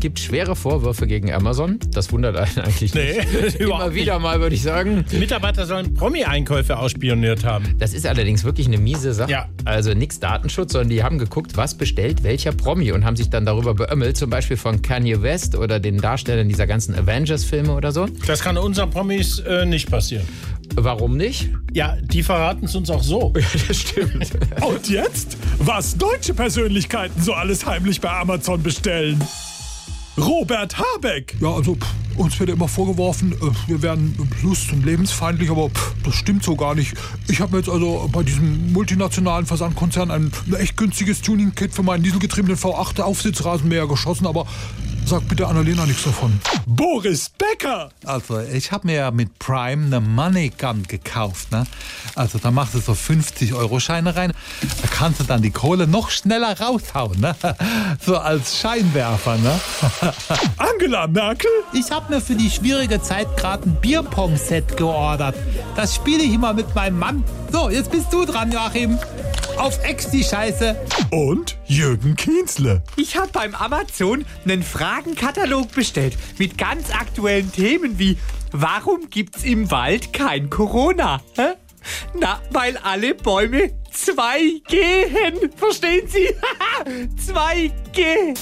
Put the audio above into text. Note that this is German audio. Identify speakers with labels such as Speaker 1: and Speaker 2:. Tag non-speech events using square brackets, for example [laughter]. Speaker 1: gibt schwere Vorwürfe gegen Amazon. Das wundert einen eigentlich
Speaker 2: [laughs] Nee,
Speaker 1: nicht. Immer
Speaker 2: überhaupt
Speaker 1: wieder mal, würde ich sagen.
Speaker 2: Mitarbeiter sollen Promi-Einkäufe ausspioniert haben.
Speaker 1: Das ist allerdings wirklich eine miese Sache.
Speaker 2: Ja.
Speaker 1: Also nichts Datenschutz, sondern die haben geguckt, was bestellt welcher Promi und haben sich dann darüber beömmelt, zum Beispiel von Kanye West oder den Darstellern dieser ganzen Avengers-Filme oder so.
Speaker 2: Das kann unseren Promis äh, nicht passieren.
Speaker 1: Warum nicht? [laughs]
Speaker 2: Ja, die verraten es uns auch so.
Speaker 1: Das stimmt.
Speaker 3: Und jetzt, was deutsche Persönlichkeiten so alles heimlich bei Amazon bestellen. Robert Habeck.
Speaker 4: Ja, also pff, uns wird ja immer vorgeworfen, äh, wir wären lust- und lebensfeindlich, aber pff, das stimmt so gar nicht. Ich habe mir jetzt also bei diesem multinationalen Versandkonzern ein echt günstiges Tuning-Kit für meinen dieselgetriebenen V8 Aufsitzrasenmäher geschossen, aber sag bitte Annalena nichts davon.
Speaker 3: Boris Becker.
Speaker 5: Also ich habe mir ja mit Prime eine Money Gun gekauft. Ne? Also da machst du so 50 Euro Scheine rein. Da kannst du dann die Kohle noch schneller raushauen. Ne? [laughs] So als Scheinwerfer. Ne? [laughs]
Speaker 3: Angela Merkel.
Speaker 5: Ich habe mir für die schwierige Zeit gerade ein Bierpong-Set geordert. Das spiele ich immer mit meinem Mann. So, jetzt bist du dran, Joachim. Auf Ex die Scheiße.
Speaker 3: Und Jürgen Kienzle.
Speaker 6: Ich habe beim Amazon einen Fragenkatalog bestellt mit ganz aktuellen Themen wie Warum gibt's im Wald kein Corona? Hä? Na, weil alle Bäume [laughs] 2 gehen. Verstehen Sie? 2 gehen.